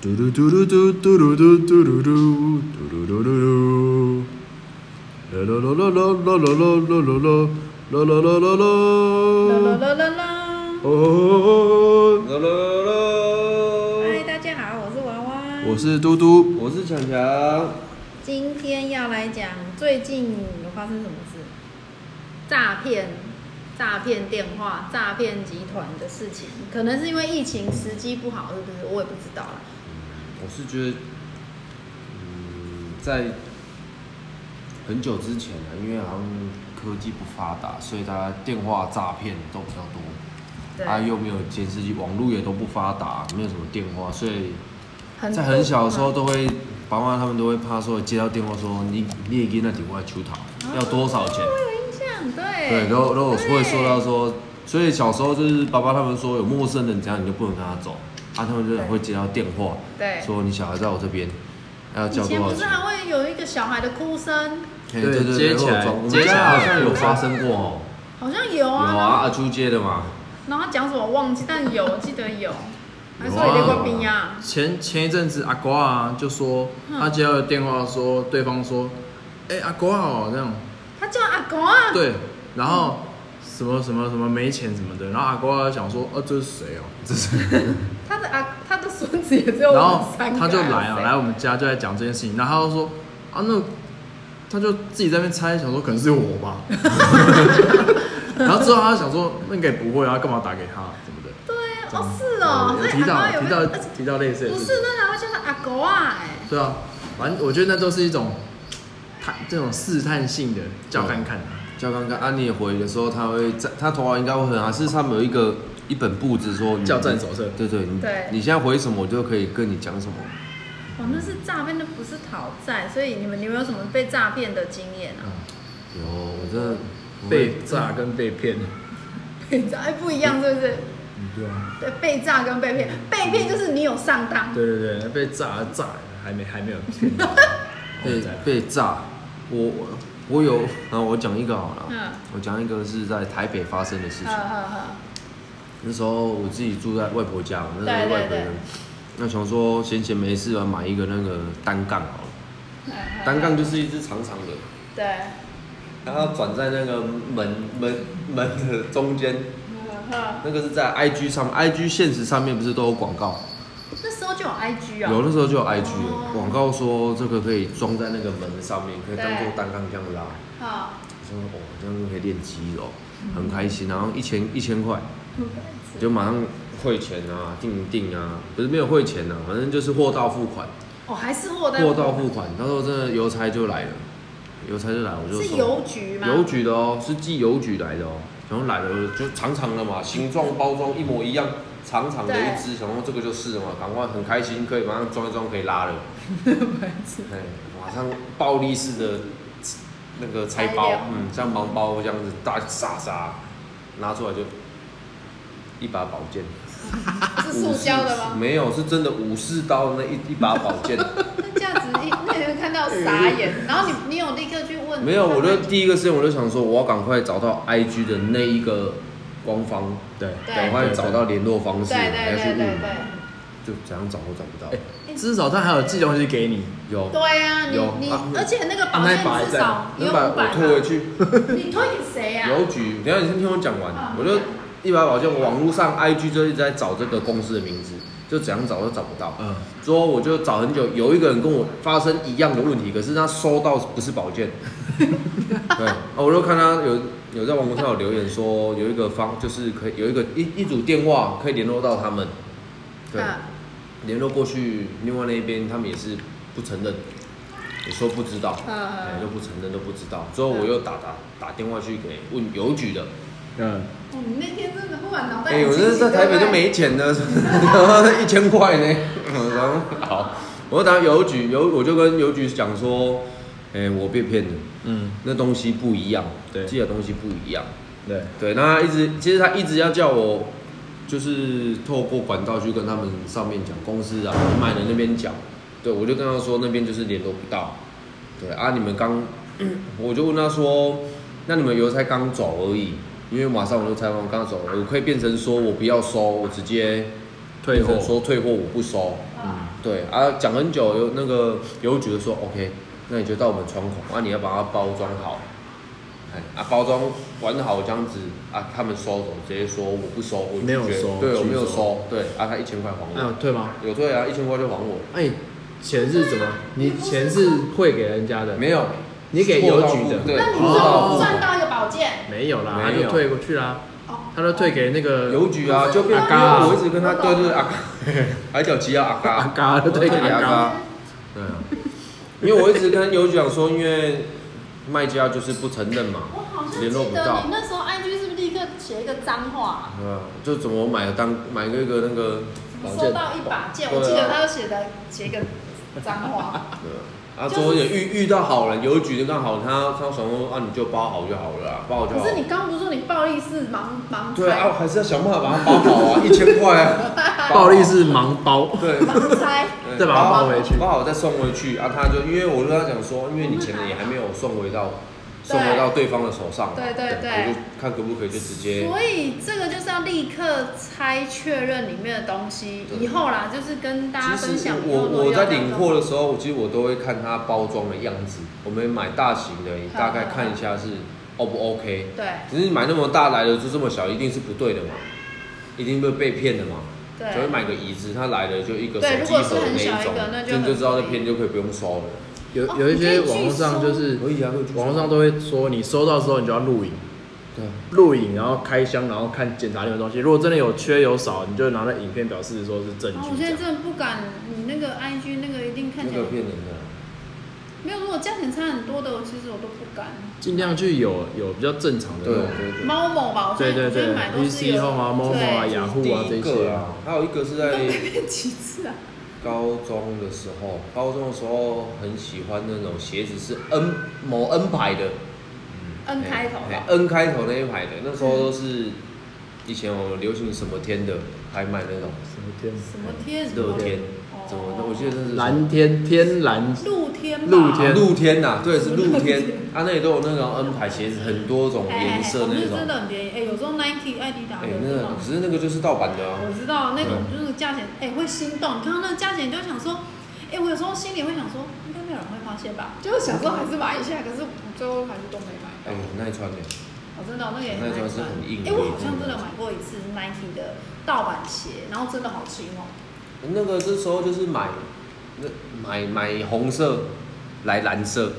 嘟噜嘟噜嘟嘟噜嘟嘟噜嘟嘟噜噜噜噜，啦啦啦啦啦啦啦啦啦啦啦啦啦啦啦啦，啦啦啦！哦，喽喽喽嗨，喽！大家好，我是娃娃。我是嘟嘟，我是强强，今天要来讲最近有发生什么事？诈骗、诈骗电话、诈骗集团的事情，可能是因为疫情时机不好，是不是？我也不知道啦。我是觉得，嗯，在很久之前啊，因为好像科技不发达，所以大家电话诈骗都比较多，对，啊，又没有监视器，网络也都不发达，没有什么电话，所以很在很小的时候都会，爸妈他们都会怕说接到电话说你你也给那电话求讨，要多少钱？有印象，啊对。对，然后然后我会说到对说，所以小时候就是爸爸他们说有陌生人怎样你就不能跟他走，啊，他们就会接到电话，对说你小孩在我这边，要交多以前少不是钱？还会有一个小孩的哭声，嘿对对对接对，起来我有装我接们起家来好像有发生过哦，好像有有啊。然啊，后阿朱接的嘛，然后讲什么忘记，但有记得有，还有说啊你练过兵啊？前前一阵子阿瓜啊就说嗯他接到的电话说对方说，哎阿瓜哦这样，他叫阿公啊，对，然后什么什么什么没钱什么的，然后阿瓜想说哦这是谁哦，这是。他的阿他的孙子也只有然我后们三个，他就来啊，还有谁来我们家就在讲这件事情，然后他就说啊，那他就自己在那边猜，想说可能是我 吧。然后之后他想说，那应该也不会啊，干嘛打给他什么的。对啊，哦是哦，所有以提阿到公有提没有到？提到类似的不事是情，，那还会叫他阿狗啊，哎，对啊，反正我觉得那都是一种探这种试探性的叫看看啊，叫刚刚安妮回的时候，他会在他头脑应该会很好，是他们有一个一本簿子说你叫战手册对对，你对你现在回什么，我就可以跟你讲什么。哦那是诈骗，那不是讨债，所以你们你们有什么被诈骗的经验啊？有，我真的我会被诈跟被骗。嗯被诈哎不一样是不是？对啊，对，被诈跟被骗，被骗就是你有上当，对对对，被诈诈还没还没有 骗。被哦被炸，我我我有，然后我讲一个好了，嗯我讲一个是在台北发生的事情呵。呵呵，那时候我自己住在外婆家嘛，那时对候对外婆对人，那想说闲闲没事啊，买一个那个单杠好了，嗯嗯单杠就是一只长长的，对，然后转在那个门门门的中间，呵呵，那个是在 IG 上，IG 现实上面不是都有广告，那时候就有 IG 有哦，那时候就有 IG 哦了，广告说这个可以装在那个门的上面，可以当做对单杠这样拉。好，说哦，这样就可以练肌肉，很开心。啊然后一千一千块，嗯我就马上汇钱啊，定一定啊，不是没有汇钱啊，反正就是货到付款，哦还是货单，货到付款。那时候真的邮差就来了，邮差就来，我就是说邮局吗？邮局的哦，是寄邮局来的哦。然后来了就长长的嘛，形状包装一模一样，长长的对一只，然后这个就是了嘛，赶快很开心，可以马上装一装，可以拉了。 哎，马上暴力式的那个拆包拆掉，嗯，像盲包这样子大傻傻拿出来就一把宝剑，啊是塑胶的吗？没有，是真的武士刀那一一把宝 剑。那这样子一，那人看到 傻眼，然后你你有立刻去问？没有，我就第一个时间我就想说，我要赶快找到 IG 的那一个官方，对，对赶快找到联络方式，对对还嗯要去对对问，对，就怎样找都找不到哎。至少他还有寄东西给你。有，对啊，你有你啊，而且那个保那健一把还至在少你有那五把百我退回吧？去，你推给谁啊呀？邮局，等一下你先听我讲完，嗯我就一百宝剑，我网络上 IG 就一直在找这个公司的名字，就怎样找都找不到。嗯，之后我就找很久，有一个人跟我发生一样的问题，可是他收到不是宝 剑。对，哦我就看他有有在网络上有留言说有一个方就是可以有一个一一组电话可以联络到他们，对，啊联络过去另外那一边他们也是不承认，也说不知道，嗯嗯哎都不承认都不知道。之后我又打打打电话去给问邮局的，嗯，哦，你那天真的忽然脑袋哎、很清我醒，这在台北就对没钱了，然后 一千块 呢，然后好，我就打邮局，邮我就跟邮局讲说，哎、我被骗了，嗯，那东西不一样，对寄的东西不一样，对，对，那他一直其实他一直要叫我，就是透过管道去跟他们上面讲公司啊，买的那边讲，对我就跟他说那边就是联络不到，对啊，你们刚，我就问他说，那你们邮差刚走而已，因为马上我就采访刚走了，我可以变成说我不要收，我直接退货变成说退货我不收，嗯，对啊，讲很久，有那个邮局的说 OK，那你就到我们窗口，啊，你要把它包装好，哎，啊，包装完好这样子，啊，他们收走，直接说我不收，我拒绝没有收对，我没有拒收收，对，啊，他一千块还那有我，哎退吗？有退啊，一千块就还我，那你钱是怎么？你钱是汇给人家的？没有，你给邮局的对，哦那你货到赚付赚到一个宝剑没有啦，他没有就退过去啦，哦，他就退给那个邮局啊，就变，阿因嘎为啊我一直跟他对对阿嘎，海角七啊号阿阿嘎，嘎，就退给退给阿阿嘎嘎。哦对啊，因为我一直跟邮局讲说，因为卖家就是不承认嘛我好，像记联得络不到你。那时候 IG 是不是立刻写一个脏话？啊，就怎么买当买个一个那个我收到一把剑，我记得他有写的写一个脏 话，啊，就是周也遇遇到好人，邮局的刚好他他想说啊，你就包好就好了啊，包好就可好是。你刚不是说你暴力是盲盲对啊，猜我还是要想办法把它包好 啊，一千块啊，暴力是盲包，对， 盲猜，对 再把它包回去包好再送回去啊。他就因为我就跟他讲说，因为你钱也还没有送回到对送回到对方的手上嘛，对对对我就看可不可以就直接所以这个就是要立刻猜确认里面的东西。对以后啦，就是跟大家分其实享以我后如果我要这样做。在领货的时候，其实我都会看它包装的样子。我们买大型的，你大概看一下是 O 不 OK。对只是买那么大来的就这么小，一定是不对的嘛，一定会被骗的嘛。只会对，买个椅子，它来的就一个对手机如果是盒很那一小一种个那，就就很你就知道可这以骗就可以不用收了。有哦有一些你可以网络上拒收就是可以啊，可以去收网络上都会说，你收到之后你就要录影，对啊录影然后开箱，然后看检查里面的东西，如果真的有缺有少，你就拿那影片表示说是证啊，我据这现在样。真的不敢，你那个 IG 那个一定看那起来个骗人的，啊没有。如果价钱差很多的，我其实我都不敢。尽量去有有比较正常的对啊那种。对对。猫某吧，我对最对我最近对买都是，VC 有号啊、某某啊、 对雅虎第啊这一些个啊，还有一个是都在 没变几次啊？高中的时候，高中的时候很喜欢那种鞋子是 N 某 N 牌的， n 开头哎吧， ，N 开头那一排的，那时候都是以前我们流行什么天的，还买那种什么天？什么天？什热么哎天哦，怎么的？我记得那是蓝天天蓝，露天吧，露啊天露天呐，对，是露 露天天，啊，那里都有那种 N 牌鞋子，很多种哎，颜哎色哦那是真种，的很便宜。哎，有时候 Nike、艾迪达哎有，那这个种可是那个就是盗版的啊，我知道那种就是价钱，哎、会心动。你看到那个价钱，你就想说，哎、我有时候心里会想说，应该没有人会发现吧？就是想说还是买一下，可是我最后还是都没买哎到。，耐穿哦的，我、真的、那个也那难双穿。是很硬哎、的我好像真的买过一次 Nike 的盗版鞋，然后真的好轻哦、那个这时候就是买，那买买红色来蓝 色，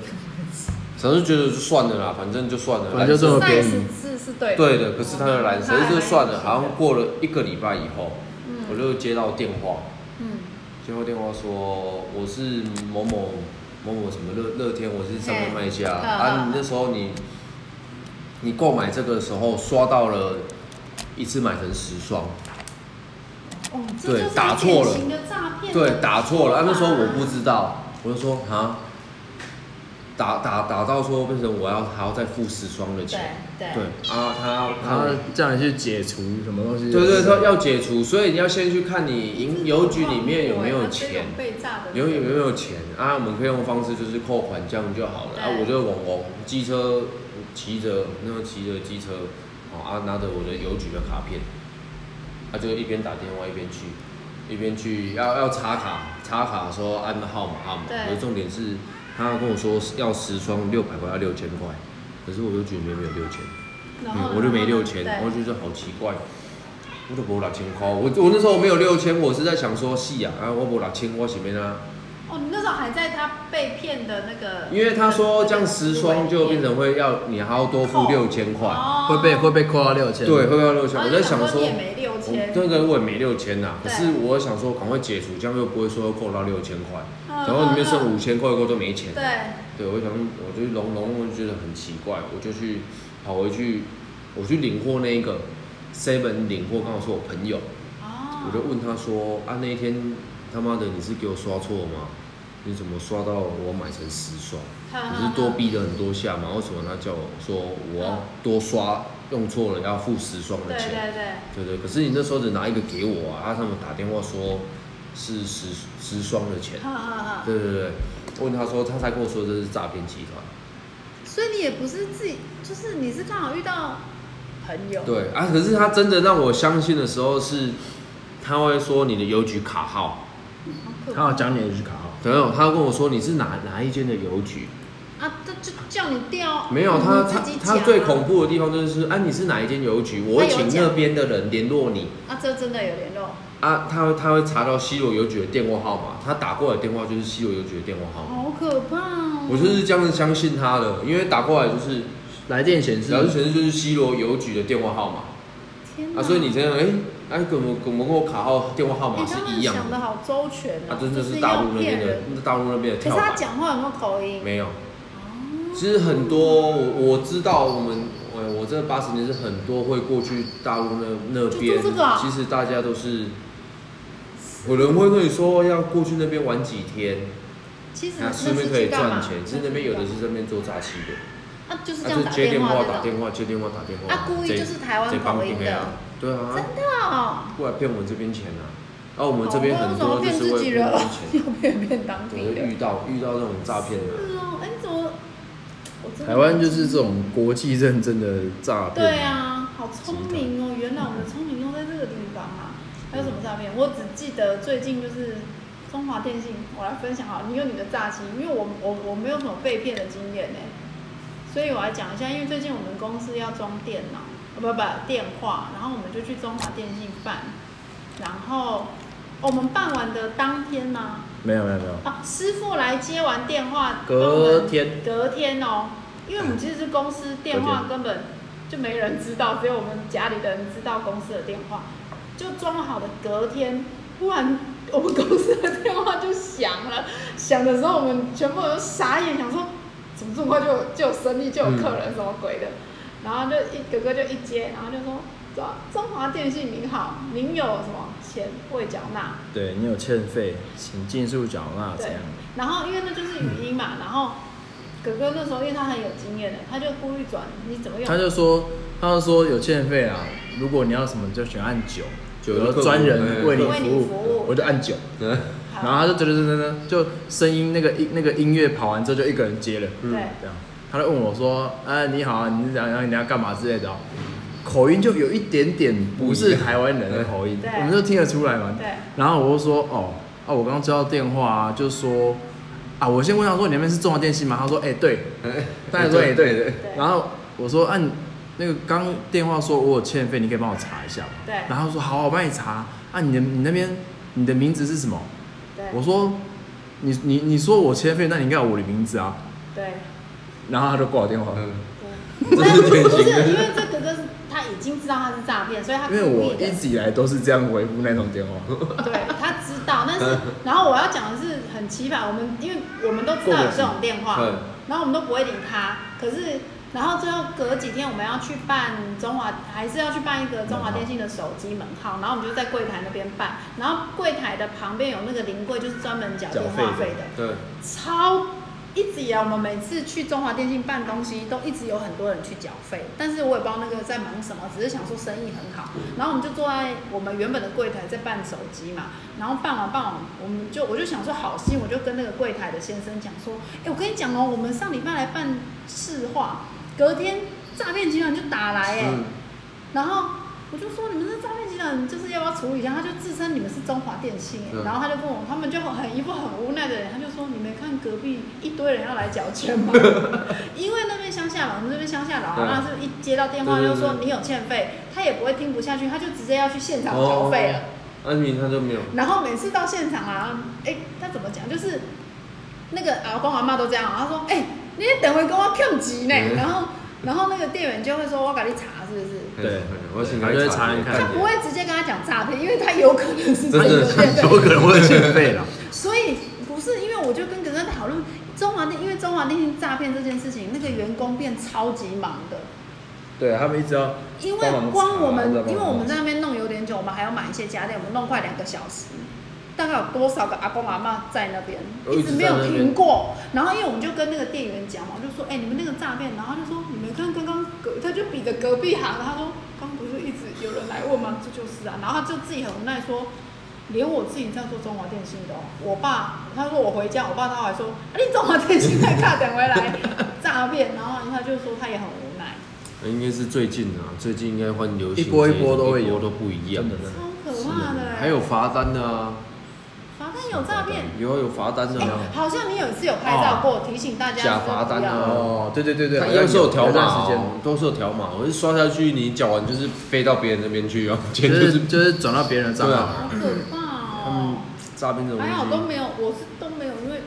反正觉得就算了啦，反正就算了，反正就蓝色这么便 size 宜是是对的。对的，可是他的蓝色他还就算蛮了，喜欢好像过了一个礼拜以后，我嗯就接到电话，嗯，接到电话说我是某某某某什么乐乐天，我是上面卖家嘿啊，嗯你那时候你你购买这个的时候刷到了一次买成十双，哦，这对就是打错了典型的诈骗。对，打错了，啊那时候我不知道，我就说啊，打打打到说变成我要还要再付十双的对钱，对对啊，他然他后叫你去解除什么东西？对对，他要解除，所以你要先去看你银邮局里面有没有这种钱，被诈的有有没有钱啊？我们可以用方式就是扣款这样就好了。啊，对我就往我机车骑着，那个骑着机车，哦啊，拿着我的邮局的卡片，他、就一边打电话一边去，一边去要要插卡，插卡说按号码号码，对可是重点是他跟我说要十双六百块要六千块，可是我邮局里面没有六千。然后呢嗯，我就没六千，我就觉得好奇怪，我都没六千块，我我那时候我没有六千，我是在想说戏啊，啊，我没六千，我前面啊，哦，你那时候还在他被骗的那个，因为他说这样十双就变成会要你还要多付六千块，哦会被会被扣到六千。对，，会不会要六千？然后我就在想说说你也，没六千嗯我，那个我也没六千呐，可对是我想说赶快解除，这样又不会说扣到六千块，然然后里面剩五千块，我都没钱。嗯对，对，我想我就龙龙，我就觉得很奇怪，我就去跑回去，我去领货那一个 seven 领货，刚好是我朋友。我就哦，问他说啊，那一天他妈的你是给我刷错吗？你怎么刷到我买成十双？嗯你是多逼了很多下嘛？为什么他叫我说我要多刷用错了要付十双的对钱？对对，对对，可是你那时候只拿一个给我啊，啊他们打电话说是十十双的钱。哈哈哈。对对对，问他说他才跟我说这是诈骗集团。所以你也不是自己，就是你是刚好遇到朋友，对啊，可是他真的让我相信的时候是，他会说你的邮局卡号，好可他要讲你的去卡号，没有，他跟我说你是哪哪一间的邮局，啊，他就叫你调，没有，他他你自己他讲啊最恐怖的地方就是，啊，你是哪一间邮局，我会请那边的人联络你，啊，这真的有联络啊，他会他会查到西罗邮局的电话号码，他打过来的电话就是西罗邮局的电话号码，好可怕哦！我就是这样相信他的，因为打过来就是来电显示只要是显示就是西罗邮局的电话号码，天哪，啊，所以你这样，哎、哎、跟我们跟我们跟我卡号电话号哎码是他们一样想的，的好周全啊，哦真的就是是大要陆那边骗的人。，大陆那边的可是跳啊他板，讲话有没有口音？没有。其实很多我我知道，我们呃，我这八十年是很多会过去大陆那那边就做这个啊，其实大家都是有人会跟你说要过去那边玩几天，其实啊，那顺是便可以去干嘛赚钱。其实那边有的是这边做诈欺的，啊，就是这他样就打接电电话话这打种，电话接电话打电话，啊，故意就是台湾这帮口顶音黑啊的，对啊，真的哦。过来骗我们这边钱啊，然后我们这边很哦多我就为什么骗是自会己骗人我了们钱，又被 骗当我地就人。遇到遇到这种诈骗的。 是哦，哎，你怎么？我真的台湾就是这种国际认证的诈骗，对，啊，好聪明哦！原来我们的聪明用在这个地方啊。还有什么诈骗？我只记得最近就是中华电信，我来分享好了，你有你的诈欺，因为我我我没有什么被骗的经验呢、所以我来讲一下，因为最近我们公司要装电脑，呃不不电话，然后我们就去中华电信办，然后哦我们办完的当天呢、没有没有没有，啊，师傅来接完电话，嗯隔天跟我们隔天哦，因为我们其实是公司电话根本就没人知道，只有我们家里的人知道公司的电话，就装好的隔天，忽然我们公司的电话就响了，响的时候我们全部人都傻眼，想说怎么这么快就有就有生意，就有客人，什么鬼的？然后就一哥哥就一接，然后就说中中华电信您好，您有什么钱未缴纳？对你有欠费，请尽速缴纳怎对样？，嗯然后因为那就是语音嘛，然后哥哥那时候因为他很有经验的，他就故意转你怎么用，他就说，他就说有欠费啊，如果你要什么就选按九，九有专人为你为服你务服务，我就按九， 嗯好然后他就噔噔噔噔，就声音那个音那个音乐跑完之后就一个人接了，对，这样，他就问我说，啊你好啊，你是怎样你要干嘛之类的、哦。口音就有一点点不是台湾人的口音，对我们就听得出来嘛。对然后我就说，哦，啊，我刚刚接到电话、啊，就说，啊，我先问他说，你那边是中华电信吗？他说，哎、对。他也说，哎、对对。对然后我说，啊，你那个刚电话说我有欠费，你可以帮我查一下吗？对然后他说，好，我帮你查。啊，你的你那边你的名字是什么？我对说，你你你说我欠费，那你应该有我的名字啊。对， 然后他就挂我电话。嗯对这是典不型是的因为这哥哥是他已经知道他是诈骗，所以他故因为我意一的，直以来都是这样回复那种电话，对他知道，但是然后我要讲的是很奇葩，我们因为我们都知道有这种电话，嗯然后我们都不会理他，可是。然后最后隔几天我们要去办中华，还是要去办一个中华电信的手机门号，然后我们就在柜台那边办，然后柜台的旁边有那个临柜，就是专门缴电话费的，对，超一直以来我们每次去中华电信办东西，都一直有很多人去缴费，但是我也不知道那个在忙什么，只是想说生意很好。然后我们就坐在我们原本的柜台在办手机嘛，然后办完办完，我们就我就想说好心，我就跟那个柜台的先生讲说，哎、我跟你讲哦，我们上礼拜来办市话，隔天诈骗集团就打来哎、嗯，然后我就说你们是诈骗集团，就是要不要处理一下？他就自称你们是中华电信欸、嗯然后他就跟我，他们就很一副很无奈的人，他就说你没看隔壁一堆人要来缴钱吗？ 因为那边乡下佬，我们这边乡下佬啊，嗯那是一接到电话对对就对说你有欠费，他也不会听不下去，他就直接要去现场缴哦费了。安平他就没有，然后每次到现场啊，哎，他怎么讲？就是那个阿公阿妈都这样啊，他说：“哎、你也等会跟我欠钱嗯呢。然后，然后那个店员就会说：“我给你查是不是？”对我请他就会查一一看看。他不会直接跟他讲诈骗，因为他有可能是真的真骗有对。可能会有欠费啦。所以不是因为我就跟哥哥讨论中华电，因为中华电信诈骗这件事情，那个员工变超级忙的， 对他们一直要因为帮忙啊光我们查帮忙因为我们在那边弄有点久，我们还要买一些家电，我们弄快两个小时。大概有多少个阿公阿妈在那边，哦一一直直没有在那边停过。然后因为我们就跟那个店员讲嘛，我就说，哎、你们那个诈骗，然后他就说，哎你们看刚刚隔，他就比着隔壁行，他说，刚不是一直有人来问吗？这就是啊。然后他就自己很无奈说，连我自己在做中华电信的、哦，我爸他说我回家，我爸他还说，啊、你中华电信在卡等回来诈骗，然后他就说他也很无奈，应该是最近啊，最近应该换流行，一波一波都会有一波都不一样。真的真的超可怕怕的欸。还有罚单的啊，罚单有诈骗，有啊有罚单的哎啊，好像你有一次有拍照过，提醒大家假罚单啊说不要哦，对对对对，它好像也是有条码一段时间哦，都是有条码，我是刷下去，你缴完就是飞到别人那边 去哦，钱 就就是是就是转到别人的账对号啊。好可怕哦！诈骗这种还好都东西。没有，我是都没有，因为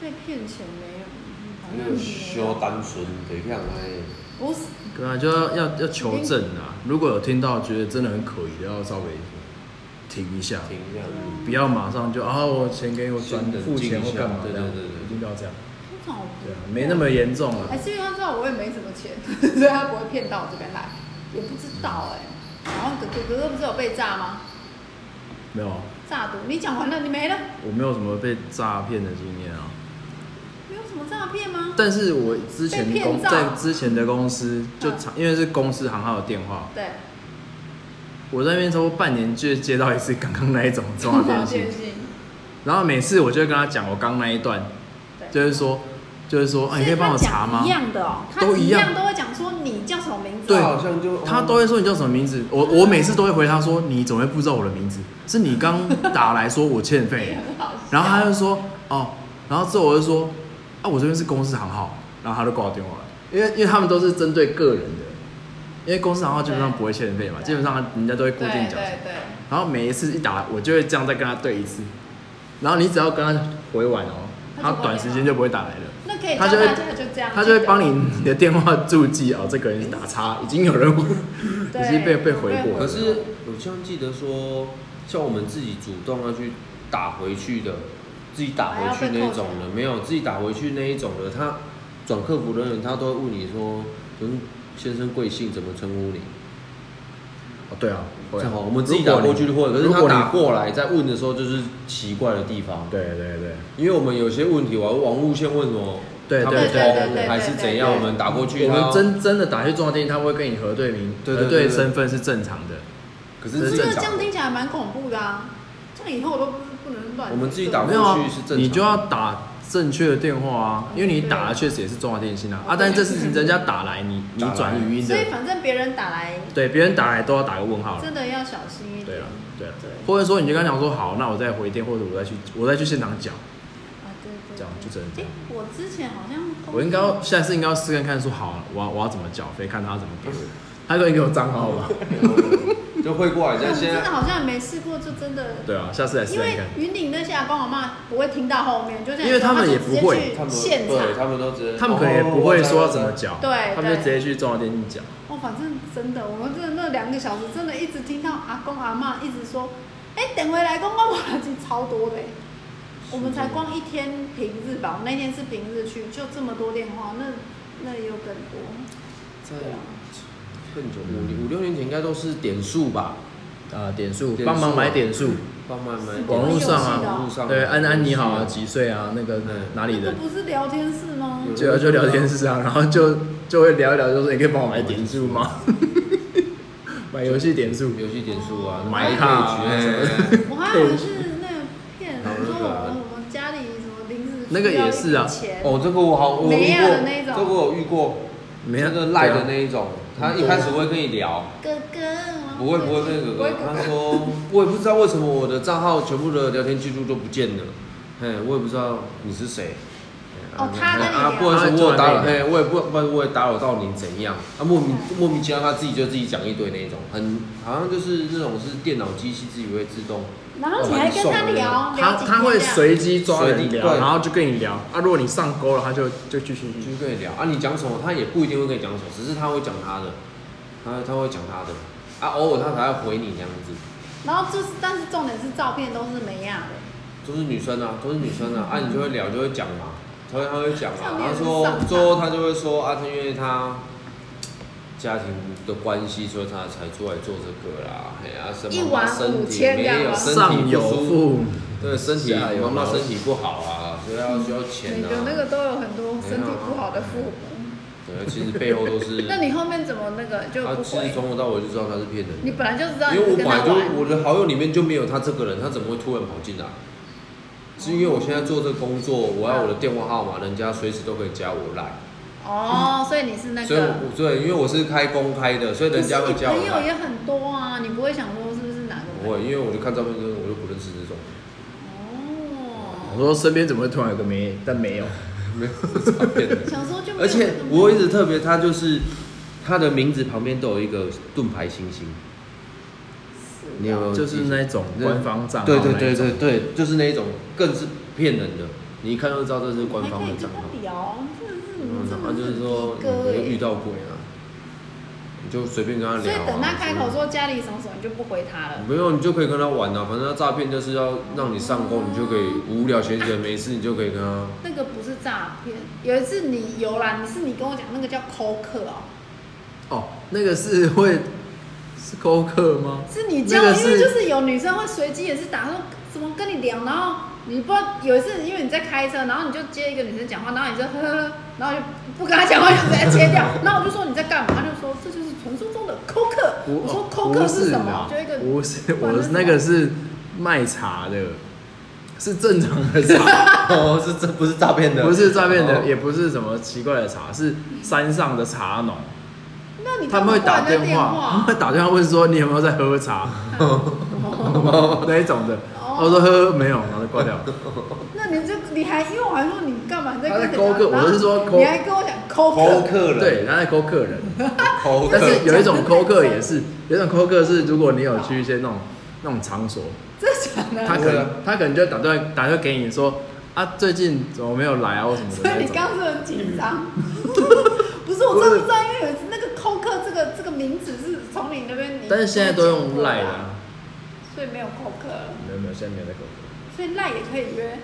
被骗钱没有，好像没有小单纯，对向哎，不是对啊，就要要要求证啊！如果有听到觉得真的很可疑的，要稍微停一下，停一下，嗯不要马上就啊，我钱给我转先冷付钱静一或下干嘛对这样对对对一定不要这样，通常我不对啊，没那么严重啊还。是因为他知道我也没什么钱， 所以他不会骗到我这边来，也不知道哎、然后哥哥哥哥不是有被诈吗？没有啊，诈赌，你讲完了，你没了，我没有什么被诈骗的经验啊。没有什么诈骗吗？但是我之前被骗公照在之前的公司就嗯常因为是公司行号的电话，对， 我在那边差不多半年就接到一次刚刚那一种中华电信电，信，然后每次我就会跟他讲我刚那一段，对就是说就是说啊，你可以帮我查吗所以他讲一？样的哦，他都一一样样都会讲说你叫什么名字，哦对他好像就他都会说你叫什么名字，我我每次都会回他说你怎么会不知道我的名字？是你刚打来说我 欠费，很好笑。然后他就说哦，然后之后我就说啊我这边是公司行号，然后他就挂我电话了，因为因为他们都是针对个人的，因为公司行号基本上不会欠费嘛，对基本上人家都会固对定对缴钱，对，然后每一次一打来我就会这样再跟他对一次，然后你只要跟他回完哦，他他就挂短电时话间就不会打来了。那可以教他大就会家就这样，他就会帮你你的电话注记哦，这个人是打叉，已经有人回对已经被被回过可是我像记得说，像我们自己主动要去打回去的，自己打回去那一种的，没有自己打回去那一种的，他转客服人员他都会问你说，嗯，先生贵姓，怎么称呼你？哦，对啊，会啊正好我们自己打过去就会，可是如他果你打过来在问的时候就是奇怪的地方，对对对，因为我们有些问题，我网路线问什么，对他们对错对对误对还是怎样，对我对们打过去，我他们真真的打去重要电信，他会跟你核对名，对核对对对身份是正常的。可这是是正这个这常样，听起来蛮恐怖的啊，这样以后我都不不能乱。我们自己打没有啊过去是正常，你就要打正确的电话啊，因为你打的确实也是中华电信啊啊，但是这事情人家打来你你打来转语音的所，以反正别人打来，对别人打来都要打个问号了。真的要小心一点。对啊，对啊对，或者说你就跟他讲说好，那我再回电，或者我再去我再去现场讲，啊，对对。这样就只能这哎样。，我之前好像我应该要下次应该要试看看，说好，我要我要怎么缴费，看他怎么给 我。他都已经给我账号了。就会过来，我像现真的在好像也没试过，就真的。对啊，下次来试因看为看。云顶那些阿公阿妈不会听到后面，就像因为他们也不会你他说他就们直接去现对场。他们都直接，他们可能也不会说要怎么讲。缴，哦对他们就对直接去中华电信缴。哦，反正真的，我们真的那两个小时真的一直听到阿公阿妈一直说，哎、等回来公公我已经超多的欸。我们才光一天平日吧，我那天是平日去，就这么多电话，那那也有更多。在更久嗯五五六年前应该都是点数吧，啊，点数点数啊帮忙买点数，帮忙买网络上啊网络上对，安安你好啊，几岁啊？那个嗯哪里这人？不是聊天室吗？有就就聊天室啊，然后就就会聊一聊，就说你可以帮我买点数吗？ 买游戏点数，游戏点数啊，买卡啊哎什么的我还以为是那个骗人说对啊我我们家里什么临时那个也是啊需要一笔钱哦，这个我好，我有没遇有的那一过，种这个我有遇过，没那有个赖的对啊那一种，他一开始会跟你聊，哥哥，不会不会那个哥哥，他说我也不知道为什么我的账号全部的聊天记录都不见了，哎，我也不知道你是谁。哦他跟你啊，聊不好意思，我有打扰，他就突然跟你哎，我也不，不，我也打扰到你怎样？啊，莫名莫名其妙，他自己就自己讲一堆那一种，很好像就是那种是电脑机器自己会自动，然后你还跟他聊，他聊哦几天他会这样随机抓人随机聊，对然后就跟你聊啊。如果你上钩了，他就就继续就跟你聊啊，你讲什么，他也不一定会跟你讲什么，只是他会讲他的，他他会讲他的，啊，偶尔他才会回你这样子，然后就是，但是重点是照片都是没样的，都是女生啊，都是女生嗯啊，啊，你就会聊，就会讲嘛，他会他会讲嘛上，面然后是说上最后他就会说啊，他因为他家庭的关系，所以他才出来做这个啦，哎呀、啊，什一么碗妈妈身五体千没这样有吗身体上有不舒服，父母，对身体下有妈妈老身体不好啊，所以要需要钱每啊，个那个都嗯有很多身体不好的父母。，对，其实背后都是 那你后面怎么那个就他不其实回？从头到尾就知道他是骗人的你。本来就知道你因为是我跟本他来就玩，我的好友里面就没有他这个人，他怎么会突然跑进来？是因为我现在做这个工作，我要我的电话号码，人家随时都可以加我来，哦，所以你是那嗯所以个。我对，因为我是开公开的，所以可人是家会你加我朋友来。也很多啊，你不会想说是不是哪个不会，因为我就看照片，我就不认识这种。哦，我说身边怎么会突然有个没？但没有，没 有照片的。想说就没有而且这么我一直特别，它就是它的名字旁边都有一个盾牌星星，你有没有记就住？是那种官方账号对对对那一种对对，就是那一种，更是骗人的，你一看就知道这是官方的账号还可以。跟他聊，啊真的是嗯然你真后的就是说很逼你格没有耶遇到鬼啊，你就随便跟他聊、啊。所以等他开口说。说家里什么什么，你就不回他了。没有，你就可以跟他玩啊，反正他诈骗就是要让你上钩，你就可以无聊闲闲没事，你就可以跟他。 那个不是诈骗，有一次你有啦，你是你跟我讲那个叫抠客哦，哦，那个是会是勾客吗？是你教，那因个是为就是有女生会随机也是打算怎么跟你聊，然后你不知道有一次因为你在开车，然后你就接一个女生讲话，然后你就呵呵呵，然后就不跟她讲话，就直接切 掉，然后我就说你在干嘛，他就说这就是传说中的抠客，我说抠客不是什啦么？就一个不是，反正我是那个是卖茶的，是正常的 茶，哦，是这不是诈骗不是诈骗的，哦也不是什么奇怪的茶，是山上的茶农，那你他们会打电啊电话，他们会打电话问说你有没有在喝茶 那一种的，哦我说喝没有，然后就挂掉。那你就你还因为我还说你干嘛你在他在跟人勾家客然后我是说抠你还跟我讲抠抠客，客人，对，他在抠客人，抠但客是有一种抠客也是，有一种抠客是如果你有去一些那种那种场所，真的假的？他可对啊能他可能就打电话打电话给你说啊，最近怎么没有来啊，或什么的所以那 你种。刚刚是很紧张， 不是我真的不知道，因为有一次那个扣客这个这个名字是从你那边，你但是现在都用赖了、啦，所以没有扣客了，没有没有，现在没有在搞。所以赖也可以约。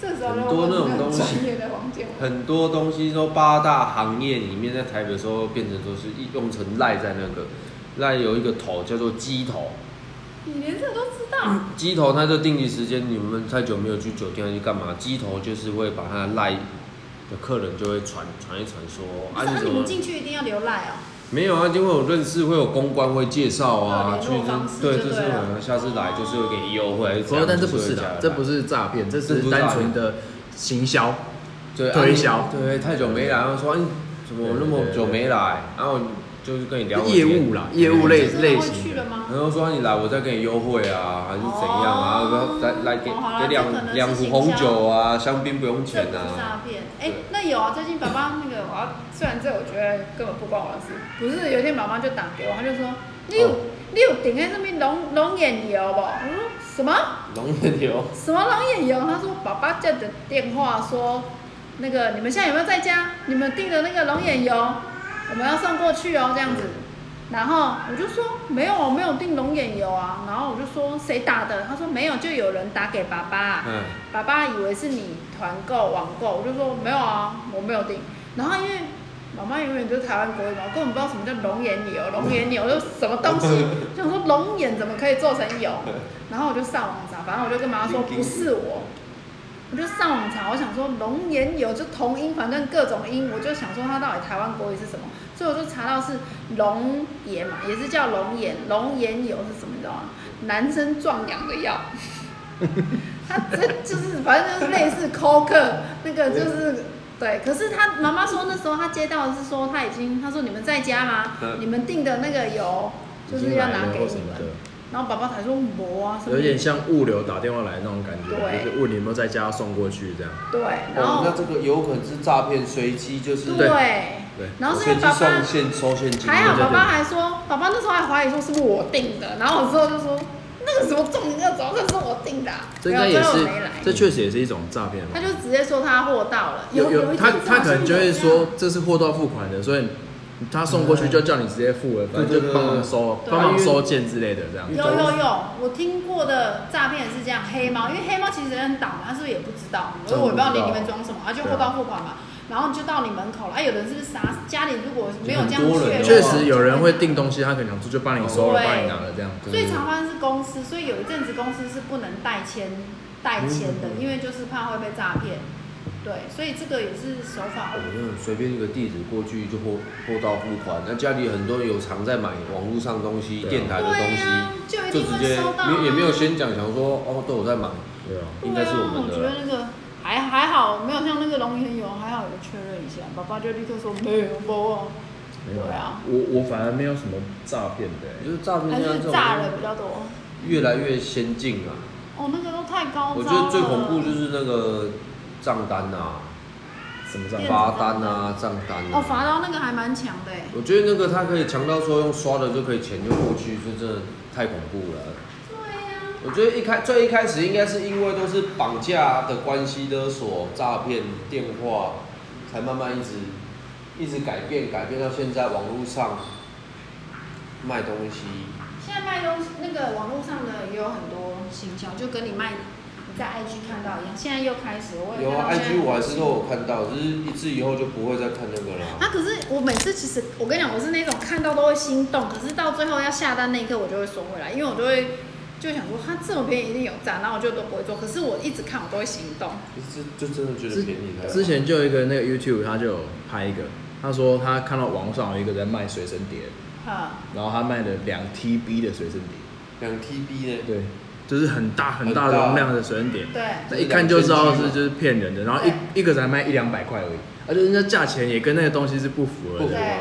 这时候很多那种东西专业的房间，很多东西都八大行业里面，在台北的时候变成说是一用成赖在那个赖有一个头叫做鸡头，你连这都知道，鸡头它就定期时间，你们太久没有去酒店去干嘛？鸡头就是会把他赖的客人就会传传一传说不啊是、啊、你你怎么们进去一定要留赖哦。没有啊？因为我认识会有公关会介绍啊，会去有联络方式对，就就是对了可能下次来就是会给你优惠，不过但这不是的的，，这不是诈骗，这这不是是诈骗单纯的行销。对啊推销你对，太久没来，然后说哎怎么我那么久没来，然后就是跟你聊业务啦，业务你类真的类会去型嗯了的。吗？然后说你来，我再给你优惠啊，还是怎样啊？哦然后来来给哦好啦给这可能两两壶是行红销酒啊，香槟不用这钱不是啊。诈骗。对哎，那有啊，最近爸爸那个，我要虽然这我觉得根本不关我的事，不是有一天爸妈就打给我，他就说哦你有、你有顶在上面龙龙眼油不？我说什么龙眼油，什么龙眼油？他说爸爸接的电话说那个你们现在有没有在家？你们订的那个龙眼油我们要送过去哦，这样子。然后我就说没有，我啊没有订龙眼油啊。然后我就说谁打的？他说没有，就有人打给爸爸、嗯，爸爸以为是你团购网购，我就说没有啊，我没有订。然后因为妈妈永远就是台湾国语嘛，我根本不知道什么叫龙眼油，龙眼油又什么东西，就想说龙眼怎么可以做成油？然后我就上网查，反正我就跟妈妈说不是我，我就上网查，我想说龙眼油就同音，反正各种音，我就想说它到底台湾国语是什么，所以我就查到是龙眼嘛，也是叫龙眼，龙眼油是什么你知道吗？男生壮阳的药。他这就是反正就是类似 call 客那个就是对，可是他妈妈说那时候他接到的是说他已经他说你们在家吗？嗯你们订的那个油就已是经要来拿了给或什你么们，的，然后爸爸才说没啊什么有点像物流打电话来那种感觉，对就是问你有没有在家送过去这样。对，然哦后那这个有可能是诈骗，随机就是对，对然后是随因为机爸爸送现收现金，还好，对爸对爸还说，爸爸那时候还怀疑说是不是我订的，然后我之后就说那个什么重点那种，那是我订的啊、这应没有该最也后是没来，，这确实也是一种诈骗嘛。他就直接说他货到了，有有有一他阵子他好可能像就有会这样说这是货到付款的，所以他送过去就叫你直接付了，反正就帮忙收对对对对帮忙收件之类的这样。有有有，我听过的诈骗是这样，黑猫，因为黑猫其实很倒嘛，他是不是也不知道？我说我也不知道你里面装什么，啊，就货到付款嘛，然后就到你门口了，哎，有人是不是傻？家里如果没有这样很多确人认，确实有人会订东西，他可能想说就帮你收了，对帮你拿了这样。最常发生是公司，所以有一阵子公司是不能代签代签的，嗯因为就是怕会被诈骗。对，所以这个也是手法。我就随便一个地址过去就货货到付款。那家里很多有常在买网络上东西、对啊电台的东对啊，西，就一就定直会接收到、啊没也没有先讲，想说哦都有在买，对啊，应该是我们对啊，我觉的啦。得那个还还好，没有像那个龙泉油，还好有确认一下，爸爸就立刻说没有，没有。没有对啊我我反而没有什么诈骗的欸，就是诈骗还现在这是种炸人比较多，越来越先进啊。哦，那个都太高招了。我觉得最哦恐怖就是那个账单啊、什么账号？账电子罚单啊、账单哦，啊。罚到那个还蛮强的哎，我觉得那个他可以强到说用刷的就可以钱就过去，就真的太恐怖了。啊我觉得一开最一开始应该是因为都是绑架的关系、勒索、诈骗、电话，才慢慢一直一直改变，改变到现在网络上卖东西，现在卖东西那个网络上的也有很多行销，就跟你卖你在 IG 看到一样，现在又开始我也有看啊到现在，IG 我还是都有看到，只是一次以后就不会再看那个了。啊，可是我每次其实，我跟你讲，我是那种看到都会心动，可是到最后要下单那一刻，我就会缩回来，因为我就会就想说，它这么便宜一定有诈，然后我就都不会做。可是我一直看，我都会心动。就就真的觉得之便宜了。之前就有一个那个 YouTube，他就有拍一个，他说他看到网上有一个在卖随身碟，哈，然后他卖了两 TB 的随身碟，两 TB 呢，对，就是很大很大的容量的随身碟，对，那一看就知道是就是骗人的，然后一一个才卖一两百块而已，而且人家价钱也跟那个东西是不符合不符的。对合，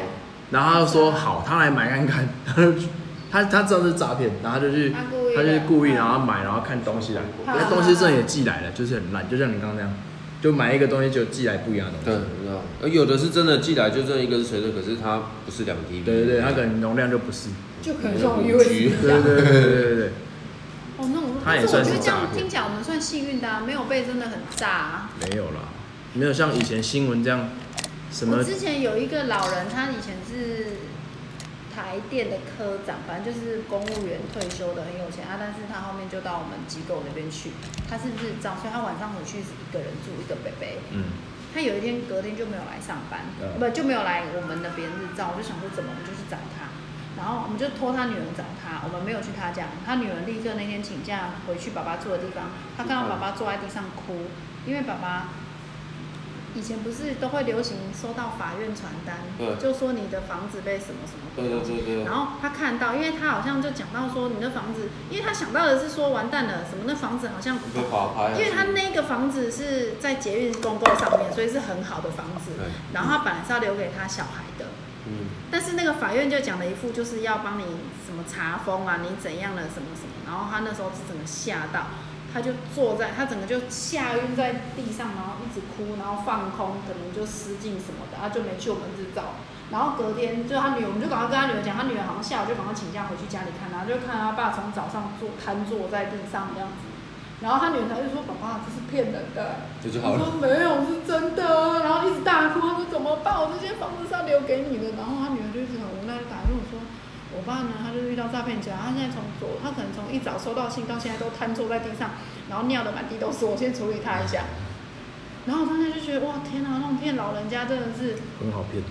然后他就说好，他来买看看， 他就去他他知道是诈骗，然后他就去他故意的他就是故意然后买，然后看东西来，嗯那东西真的也寄来了，就是很烂，就像你刚刚那样，就买一个东西就寄来不一样的东对，西。你知道，而有的是真的寄来就真的一个是垂的，可是它不是两 TB，对对对，它可能容量就不是。就可可能嗯能是我用们 USB 局对对对对对对对。 哦，那我它也可是我算觉是得这样诈听骗起来我们算幸运的、啊，没有被真的很炸、啊。没有啦，没有像以前新闻这样，什我么之前有一个老人，他以前是台电的科长，反正就是公务员退休的，很有钱啊。但是他后面就到我们机构那边去，他是日照，所以他晚上回去是一个人住，一个北北。嗯，他有一天隔天就没有来上班，嗯不就没有来我们那边日照，我就想说怎么，我们就去找他，然后我们就托他女儿找他，我们没有去他家，他女儿立刻那天请假回去爸爸住的地方，他看到爸爸坐在地上哭，因为爸爸以前不是都会流行收到法院传单，对就说你的房子被什么什么对嗯对对对，然后他看到，因为他好像就讲到说你的房子，因为他想到的是说完蛋了，什么那房子好像被法拍啊，因为他那个房子是在捷运公购上面，所以是很好的房子对。然后他本来是要留给他小孩的，嗯，但是那个法院就讲了一副就是要帮你什么查封啊，你怎样了什么什么。然后他那时候是整个吓到，他就坐在他整个就吓晕在地上，然后一直哭，然后放空，可能就失禁什么的，啊他就没去我们日照。然后隔天就他女儿，我们就赶快跟他女儿讲，他女儿好像下午就赶快请假回去家里看他，就看他爸从早上坐瘫坐在地上这样子。然后他女儿才就说：“爸爸，这是骗人的。”这就我好了。说没有，是真的啊。然后一直大哭，他说怎么办？我这些房子是要留给你的。然后他女儿就一直很无奈的打跟我说，我爸呢，他就是遇到诈骗家，他现在从昨，他可能从一早收到信到现在都瘫坐在地上，然后尿的满地都是，我先处理他一下。然后我当时就觉得哇天哪，弄骗老人家真的是，很好骗。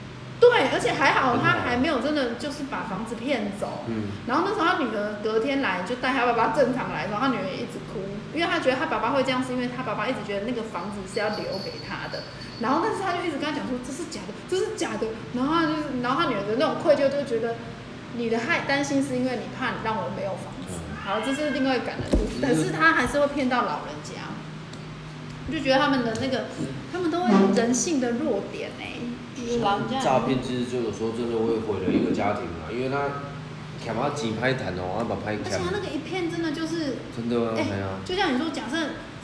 对，而且还好他还没有真的就是把房子骗走。嗯，然后那时候他女儿隔天来，就带他爸爸正常来的时候，他女儿也一直哭，因为他觉得他爸爸会这样，是因为他爸爸一直觉得那个房子是要留给他的。然后，但是他就一直跟他讲说这是假的，这是假的。然后他就是，然后他女儿的那种愧疚，就觉得你的害担心是因为你怕你让我没有房子。好，这是另外一个感人故事，但是他还是会骗到老人家。我就觉得他们的那个，他们都会人性的弱点哎、就是老人家诈骗其实就有时候真的会毁了一个家庭啊，因为他卡把几拍弹哦，啊把拍而卡且，他那个一骗真的就是真的啊，哎、哎呀，就像你说，假设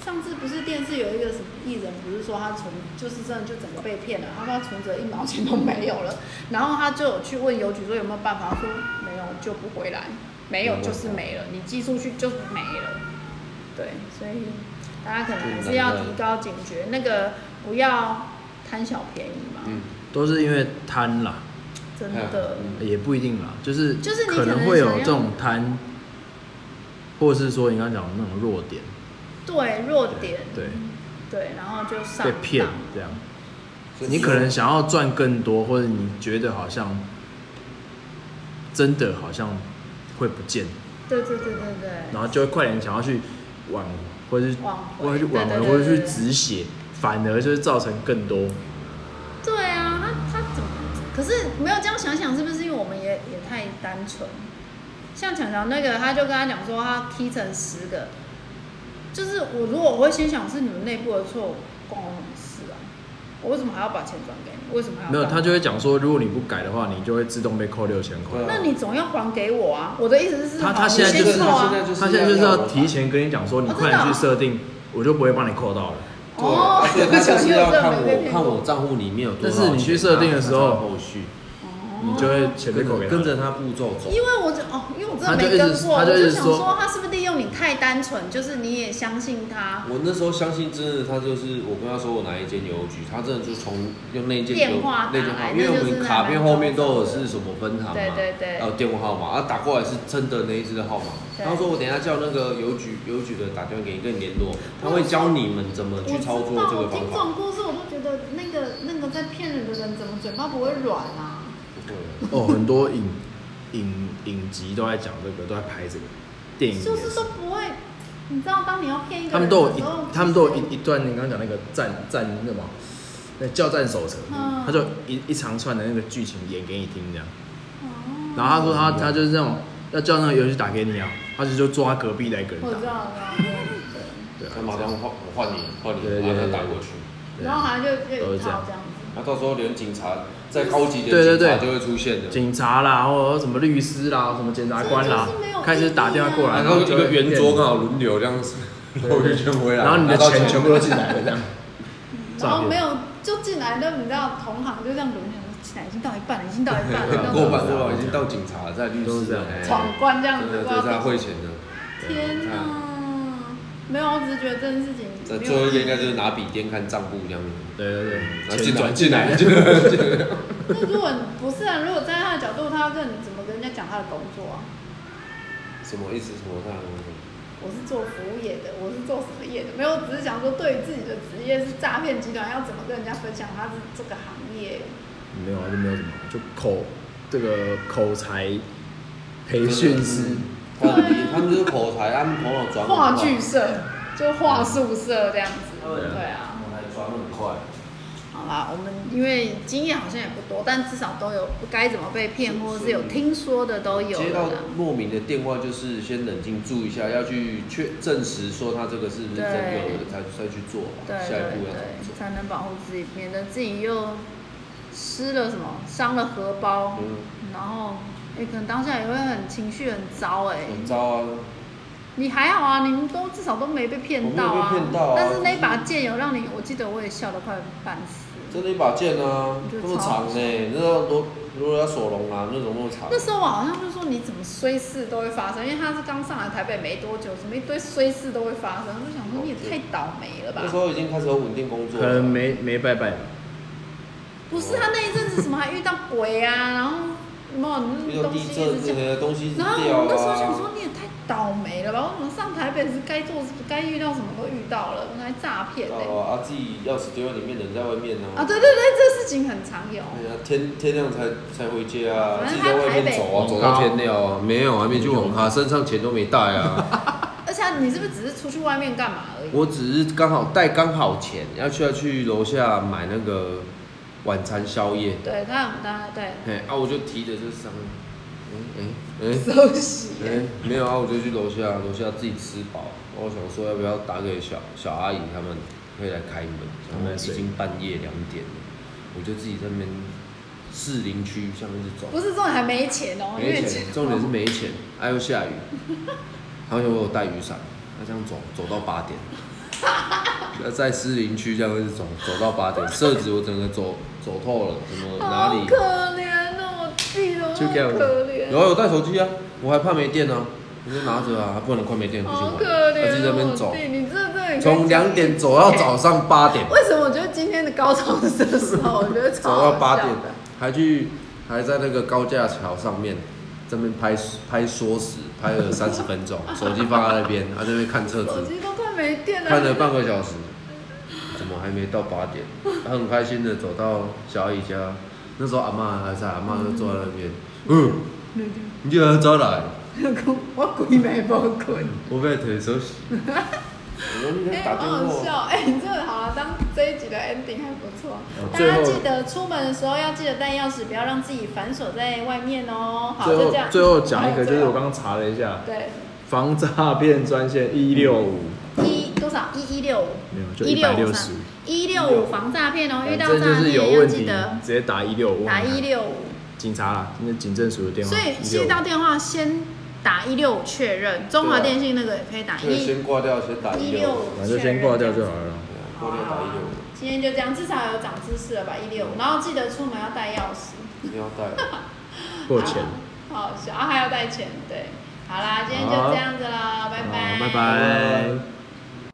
上次不是电视有一个什么艺人，不是说他存，就是真的就整个被骗了，他说他存折一毛钱都没有了， 然后他就有去问邮局说有没有办法，他说没有就不回来，没有就是没了，你寄出去就没了。对，所以大家可能还是要提高警觉，那个不要贪小便宜嘛，嗯，都是因为贪啦，真的。嗯也不一定啦，就是就是你可可能能会有想要这种贪，或者是说你刚刚讲的那种弱点，对弱点，对，嗯对，然后就上被骗当这样。所以你可能想要赚更多，或者你觉得好像真的好像会不见，对对对对对。然后就会快点想要去挽，或者是挽回或者去挽对对回，对或者去对止血，反而就是造成更多。对啊，他他怎么？可是没有这样想想，是不是因为我们也也太单纯？像强强那个，他就跟他讲说，他踢成十个，就是我如果我会先想是你们内部的错，关我什么事啊？我为什么还要把钱转给你？为什么还要？没有，他就会讲说，如果你不改的话，你就会自动被扣六千块。那你总要还给我啊！我的意思是，他他好现在你就先是扣啊他现在就是他现在就是要提前跟你讲说，你哦快点真的去哦设定，我就不会帮你扣到了。哦对，所以他就是要看 有这种没被我骗看我账户里面有多少钱，但是你去设定的时候然后他才有后续哦你就会钱被跟扣给他。着跟着他步骤走。啊因为我就哦，因为我真的他就没一直跟过，他我就一直就想说说他是不是利用你太单纯，就是你也相信他我那时候相信，真的他就是我跟他说我哪一间邮局，他真的就从用那一间邮电话打那间号来，因为我那就是们那卡片后面都有蛮高是什么分行嘛，对对对还有电话号码啊，打过来是真的那一只的号码。对他说我等一下叫那个邮局邮局的打电话给你跟你联络，他会教你们怎么去操作这我个方知道，我听法。这种故事，我都觉得那个那个在骗人的人，怎么嘴巴不会软啊？不会哦，很多影影影集都在讲这个，都在拍这个电影也就是都不会，你知道，当你要骗一他个们人都有的一时候，他们都有一一段，你刚刚讲那个战战那什么，那叫战守城嗯，他就一一长串的那个剧情演给你听这样。哦然后他说他他就是那种要叫那个游戏打给你啊，他就就抓隔壁那个人我知打，道了，对对啊他马上换我换你换你，对对马上对打过去。对然后好像就都就一是这套样这样子，那到时候连警察在高级对的对警察对就会出现的。警察啦，或者什么律师啦，什么检察官啦哎这就是没有，开始打电话过意义来，啊然后一就个会圆桌骗刚好轮流这样子 绕一圈回你来，然后你的拿到钱全部都进来了这样。然后诈骗没有就进来的，你知道同行就这样轮流，进来已经到一半了，已经到一 半对了，啊过然半后过半已经到警察在律都是师这样啊了，哎闯关这样真子，的不知都道在怎么汇钱的。天哪！没有，我只是觉得这件事情在没有最后一个应该就是拿笔电看账簿这样子，对对对，然后钱进拿来 进来进来进来，那如果不是啊，如果站在他的角度，他要跟你怎么跟人家讲他的工作啊？什么意思？什么看？我是做服务业的，我是做什么业的？没有，我只是想说，对于自己的职业是诈骗集团，要怎么跟人家分享他是这个行业？没有啊，就没有什么，就口这个口才培训师，他们啊他们就是口才，他们头脑转很快话剧，社就话术社这样子，对啊。口才转很快。好啦，我们因为经验好像也不多，但至少都有该怎么被骗，或者是有听说的都有接了到啦。莫名的电话，就是先冷静注意一下，要去确证实说他这个是不是真对有的，才再去做吧。对下对一步要怎么对，做？才能保护自己，免得自己又失了什么，伤了荷包，嗯，然后哎、可能当下也会很情绪很糟哎、很糟啊。你还好啊，你们都至少都没被骗到啊。我没有被骗到啊但是那把剑有让你，我记得我也笑得快半死。真的一把剑啊，就那么长呢、那要罗罗亚索隆啊，那种那么长。那时候我好像就说你怎么衰事都会发生，因为他是刚上来台北没多久，怎么一堆衰事都会发生？我就想说你也太倒霉了吧那。时候已经开始有稳定工作可能了，没没拜拜吧，不是他那一阵子什么还遇到鬼啊，然后什么遇那到东地西震之一直类的东西一直然后掉我那时候想啊说，。你也太倒霉了吧！我怎么上台北是该做该遇到什么都遇到了，我还诈骗呢、欸哦啊，自己钥匙丢在里面，人在外面呢、啊，对对对，这事情很常有。哎呀，天天亮才才回家啊，反自己正他在外面走啊，台北走到天亮啊，没有，还没去网咖，身上钱都没带 啊，而且你是不是只是出去外面干嘛而已？我只是刚好带刚好钱，要去要去楼下买那个晚餐宵夜，对，他很大， 对，哎啊，我就提着这三，哎哎哎，收洗、哎、没有啊，我就去楼下，楼下自己吃饱。我想说要不要打给小小阿姨他们，可以来开门。他然后们已睡经半夜两点了，我就自己在那边士林区这样一直走，不是重点还没钱哦哦、因没为钱，重点是没钱，哎、又下雨，好险我有带雨伞，那这样走走到八 点，那在士林区这样一直走，走到八点，设置我整个走走透了，什么哪好里可怜哦，我弟哦，就好给我可怜，有啊，有带手机啊，我还怕没电呢、啊，我就拿着啊，不能快没电不行好玩，可怜他自己在那边哦，走我，弟，你这这你可以从两点走到早上八 点，为什么我觉得今天的高潮是的时候，我觉得超走到 八点好笑的，还去还在那个高架桥上面这边拍拍缩时，拍了三十分 钟，手机放在那边，他在那边看车手子，机都快没电了，看了半个小时，怎么还没到八点？他很开心的走到小阿姨家，那时候阿妈还在，阿妈就坐在那边，嗯，你叫他走来。 我鬼没包困。我被腿手洗。我们哎、打电 好好话，笑！哎、你这个好了，当这一集的 ending 还不错。大最家后记得出门的时候要记得带钥匙，不要让自己反锁在外面哦。好，最就后这样。最后讲一个，好就是我刚刚查了一下，对防诈骗专线一六五，一多少？少？一一六五，没有就一六五165上，一六五防诈骗哦，遇反到正就诈是有骗要问记题得直接打一六五，打一六五。警察啦，那警政署的电话，所以165接到电话先打一六五确认，中对啊华电信那个也可以打对，一先挂掉，先打一一六六，啊五，反正先挂掉就好了啦。挂掉打一六，今天就这样，至少有长知识了吧？一六，然后记得出门要带钥匙，一定要带。过钱，好好笑，啊还要带钱，对，好啦，今天就这样子啦，拜好拜，拜拜。